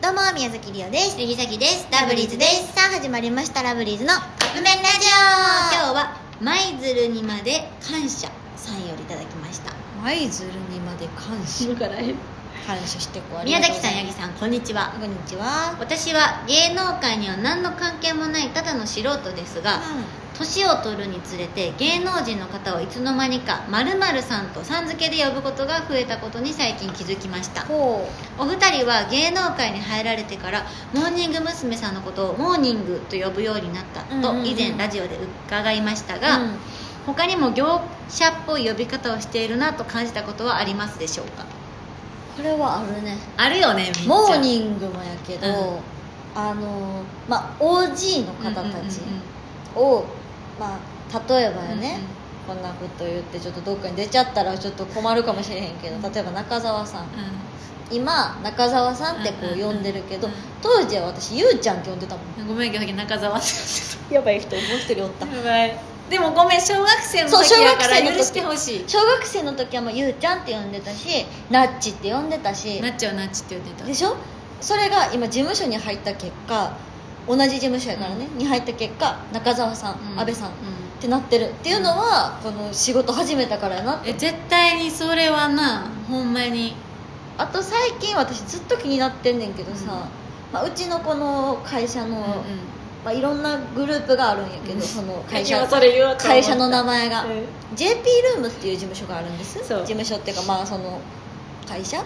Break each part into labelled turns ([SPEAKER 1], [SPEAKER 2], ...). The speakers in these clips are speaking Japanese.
[SPEAKER 1] どうも宮崎りおです
[SPEAKER 2] 杉崎です
[SPEAKER 1] ラブリーズですさあ始まりましたラブリーズのカップ麺ラジ
[SPEAKER 2] 今
[SPEAKER 1] オ
[SPEAKER 2] 日は舞鶴にまで感謝さんよりいただきました
[SPEAKER 3] 舞鶴にまで感謝感謝してこ
[SPEAKER 2] 宮崎さん八木さんこんにちは
[SPEAKER 3] んこんにちは
[SPEAKER 2] 私は芸能界には何の関係もないただの素人ですが年を取るにつれて芸能人の方をいつの間にか〇〇さんとさん付けで呼ぶことが増えたことに最近気づきました
[SPEAKER 3] ほ
[SPEAKER 2] お二人は芸能界に入られてからモーニング娘。さんのことをモーニングと呼ぶようになった
[SPEAKER 3] うんうんう
[SPEAKER 2] と
[SPEAKER 3] ん
[SPEAKER 2] 以前ラジオで伺いました
[SPEAKER 3] う
[SPEAKER 2] が、
[SPEAKER 3] うん
[SPEAKER 2] 他にも業者っぽい呼び方をしているなと感じたことはありますでしょうか
[SPEAKER 3] これはあるね
[SPEAKER 2] あるよねめっちゃ
[SPEAKER 3] モーニングもやけど、
[SPEAKER 2] うん
[SPEAKER 3] あのまあ OG の方たち
[SPEAKER 2] う
[SPEAKER 3] を、まあ例えば
[SPEAKER 2] んうんう
[SPEAKER 3] よ
[SPEAKER 2] ん
[SPEAKER 3] ね、こんなこと言ってちょっとどっかに出ちゃったらちょっと困るかもしれへんけど例えば中澤さん
[SPEAKER 2] うんうん
[SPEAKER 3] 今中澤さんってこ
[SPEAKER 2] うんうん
[SPEAKER 3] う
[SPEAKER 2] うん
[SPEAKER 3] 呼んでるけど、
[SPEAKER 2] うん
[SPEAKER 3] 当時は私ゆうちゃんって呼んでたもん
[SPEAKER 2] うんごめんけど中澤さん
[SPEAKER 3] やばい人もう一人おった
[SPEAKER 2] やばいでもごめん小学生の
[SPEAKER 3] そう
[SPEAKER 2] 時やか
[SPEAKER 3] 小学生の
[SPEAKER 2] ら
[SPEAKER 3] 時
[SPEAKER 2] 許してほし い
[SPEAKER 3] 小学生の時はもうゆうちゃんって呼んでたしなっちって呼んでたし
[SPEAKER 2] なっちゃうなっちって言ってた
[SPEAKER 3] でしょそれが今事務所に入った結果同じ事務所やからね、に入った結果中澤さん、
[SPEAKER 2] うん
[SPEAKER 3] 安倍さん、
[SPEAKER 2] う
[SPEAKER 3] ってなってるっていうのはこの仕事始めたからやなって
[SPEAKER 2] え絶対にそれはなほんまに
[SPEAKER 3] あと最近私ずっと気になってんねんけどさ、
[SPEAKER 2] うん
[SPEAKER 3] まあ、うちのこの会社の、
[SPEAKER 2] うんうん
[SPEAKER 3] まあ、いろんなグループがあるんやけど、
[SPEAKER 2] うん
[SPEAKER 3] その会
[SPEAKER 2] 今
[SPEAKER 3] 社
[SPEAKER 2] それ言おうと思った
[SPEAKER 3] 会社の名前が、
[SPEAKER 2] うん
[SPEAKER 3] JP ルームっていう事務所があるんです事
[SPEAKER 2] そう
[SPEAKER 3] 務所っていうかまあその会社、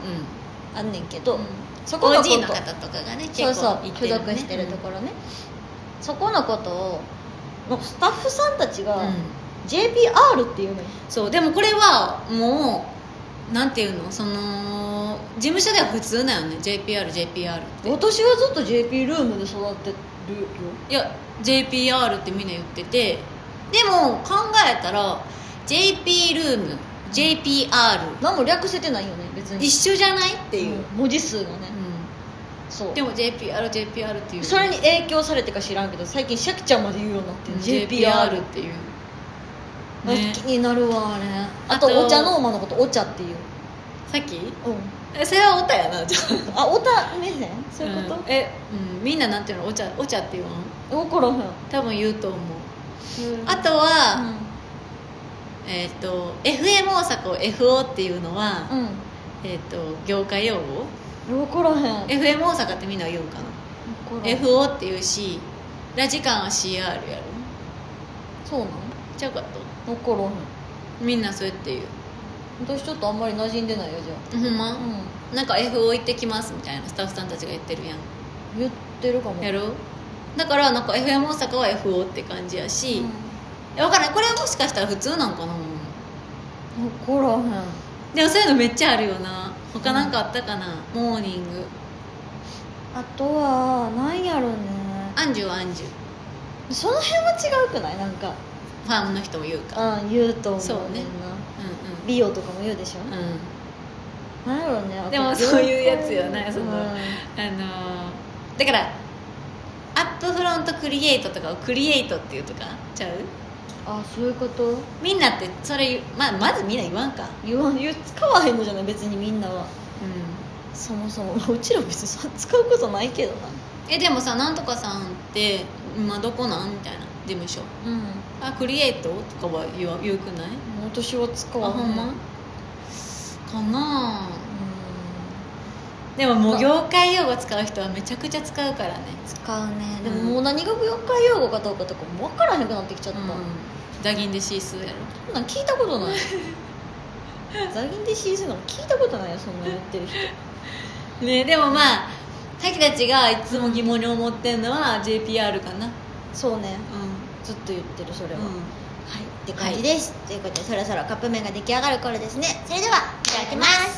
[SPEAKER 3] あんねんけど、
[SPEAKER 2] うん
[SPEAKER 3] そこのこと
[SPEAKER 2] OG の方とかがね結
[SPEAKER 3] そう
[SPEAKER 2] 構
[SPEAKER 3] そう
[SPEAKER 2] 行って
[SPEAKER 3] 付
[SPEAKER 2] るね
[SPEAKER 3] 属してるところね、そこのことをのスタッフさんたちが
[SPEAKER 2] うん
[SPEAKER 3] JPR っていうのよ
[SPEAKER 2] そうでもこれはもうなんていうのその事務所では普通だよね JPRJPR って
[SPEAKER 3] 私はずっと JP ルームで育ってるよ
[SPEAKER 2] いや JPR ってみんな言っててでも考えたら JP ルーム JPR
[SPEAKER 3] 何も略せてないよね別に
[SPEAKER 2] 一
[SPEAKER 3] っ
[SPEAKER 2] 緒じゃないっていう、
[SPEAKER 3] 文字数がね、そう
[SPEAKER 2] うんでも JPRJPR っていう
[SPEAKER 3] それに影響されてか知らんけど最近シャキちゃんまで言うようになって
[SPEAKER 2] うん
[SPEAKER 3] る
[SPEAKER 2] JPR っていう、
[SPEAKER 3] あ
[SPEAKER 2] ね
[SPEAKER 3] 気になるわあれあ
[SPEAKER 2] あと
[SPEAKER 3] とお茶ノーマのことお茶っていう
[SPEAKER 2] さっき
[SPEAKER 3] うん
[SPEAKER 2] えそれはおたやなじゃあ
[SPEAKER 3] あおた目線そういうこ
[SPEAKER 2] んえ、うん、みんななんていうのお茶お茶っていうの
[SPEAKER 3] と、分からへん、
[SPEAKER 2] 多分言うと思う
[SPEAKER 3] あ
[SPEAKER 2] あとは、
[SPEAKER 3] う
[SPEAKER 2] えっ、と FM 大阪を FO っていうのは、
[SPEAKER 3] ん、
[SPEAKER 2] えっ、と業界用語
[SPEAKER 3] うん、分からへん
[SPEAKER 2] FM 大阪ってみんな言うかな、
[SPEAKER 3] わからん
[SPEAKER 2] FO っていうしラジカンは CR やろ
[SPEAKER 3] そうなの
[SPEAKER 2] ちゃうかと
[SPEAKER 3] 分からへん
[SPEAKER 2] みんなそうやって言う
[SPEAKER 3] 私ちょっとあんまり馴染んでないよじゃ
[SPEAKER 2] ほんま
[SPEAKER 3] あ、う
[SPEAKER 2] なんか FO 行ってきますみたいなスタッフさんたちが言ってるやん
[SPEAKER 3] ん言ってるかも
[SPEAKER 2] やろだからなんか FM 大阪は FO って感じやし、えわからないこれはもしかしたら普通なんかな
[SPEAKER 3] うん、分からへん
[SPEAKER 2] でもそういうのめっちゃあるよな他なんかあったかな、モーニング
[SPEAKER 3] あとはなんやろね
[SPEAKER 2] アンジュはアンジュ
[SPEAKER 3] その辺は違うくないなんか
[SPEAKER 2] ファンの人も言うか
[SPEAKER 3] うん言うと思う
[SPEAKER 2] そうね
[SPEAKER 3] みんな
[SPEAKER 2] う
[SPEAKER 3] 美容とかも言うでしょ、
[SPEAKER 2] んうんうん
[SPEAKER 3] なんやろねあと
[SPEAKER 2] でもそういうやつよねその
[SPEAKER 3] うん
[SPEAKER 2] あのーだからアップフロントクリエイトとかをクリエイトっていうとかちゃう
[SPEAKER 3] あそういうこと
[SPEAKER 2] みんなってそれ言う、まあ、まずみんな言わんか
[SPEAKER 3] 言わん言う使わへんのじゃない別にみんなは
[SPEAKER 2] う
[SPEAKER 3] そもそもうちら別にそんな使うことないけどなん
[SPEAKER 2] えでもさなんとかさんって今どこなんみたいな事務所
[SPEAKER 3] うん
[SPEAKER 2] あクリエイトとかは言わ言うくない
[SPEAKER 3] 私は使
[SPEAKER 2] あ
[SPEAKER 3] わへん
[SPEAKER 2] ほんまかなあ
[SPEAKER 3] うん
[SPEAKER 2] でももう業界用語使う人はめちゃくちゃ使うからね
[SPEAKER 3] 使うねで
[SPEAKER 2] う
[SPEAKER 3] も
[SPEAKER 2] ん
[SPEAKER 3] もう何が業界用語かどうかとかも分からへんくなってきちゃった、
[SPEAKER 2] うんザギンでシースーやろ
[SPEAKER 3] そんなん聞いたこと ないザギンでシーズンの聞いたことないよそんな言ってる人
[SPEAKER 2] ねでもまあさきたちがいつも疑問に思ってんのは JPR かなうん
[SPEAKER 3] そうねずっと言ってるそれは、はいって
[SPEAKER 1] は
[SPEAKER 3] 感
[SPEAKER 1] い
[SPEAKER 3] じです、ということでそろそろカップ麺が出来上がる頃ですねそれではいただきます